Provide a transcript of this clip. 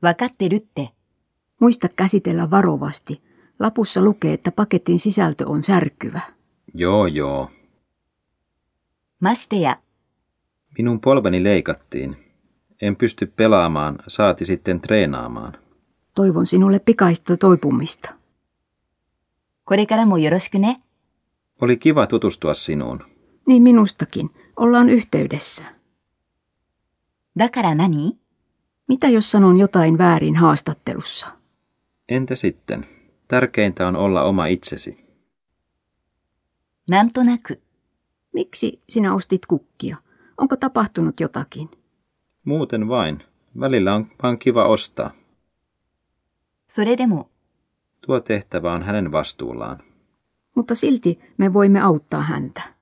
わかってるって。 Muista käsitellä varovasti. Lapussa lukee, että paketin sisältö on särkyvä. Joo, joo. ましてや、 Minun polveni leikattiin. En pysty pelaamaan, saati sitten treenaamaan. Toivon sinulle pikaista toipumista. これからもよろしくね。 Oli kiva tutustua sinuun. Niin minustakin. Ollaan yhteydessä. だから何 Mitä jos sanon jotain väärin haastattelussa? Entä sitten? Tärkeintä on olla oma itsesi. なんとなく、 Miksi sinä ostit kukkia? Onko tapahtunut jotakin? Muuten vain. Välillä on vaan kiva ostaa. それでも、 Tuo tehtävä on hänen vastuullaan. Mutta silti me voimme auttaa häntä.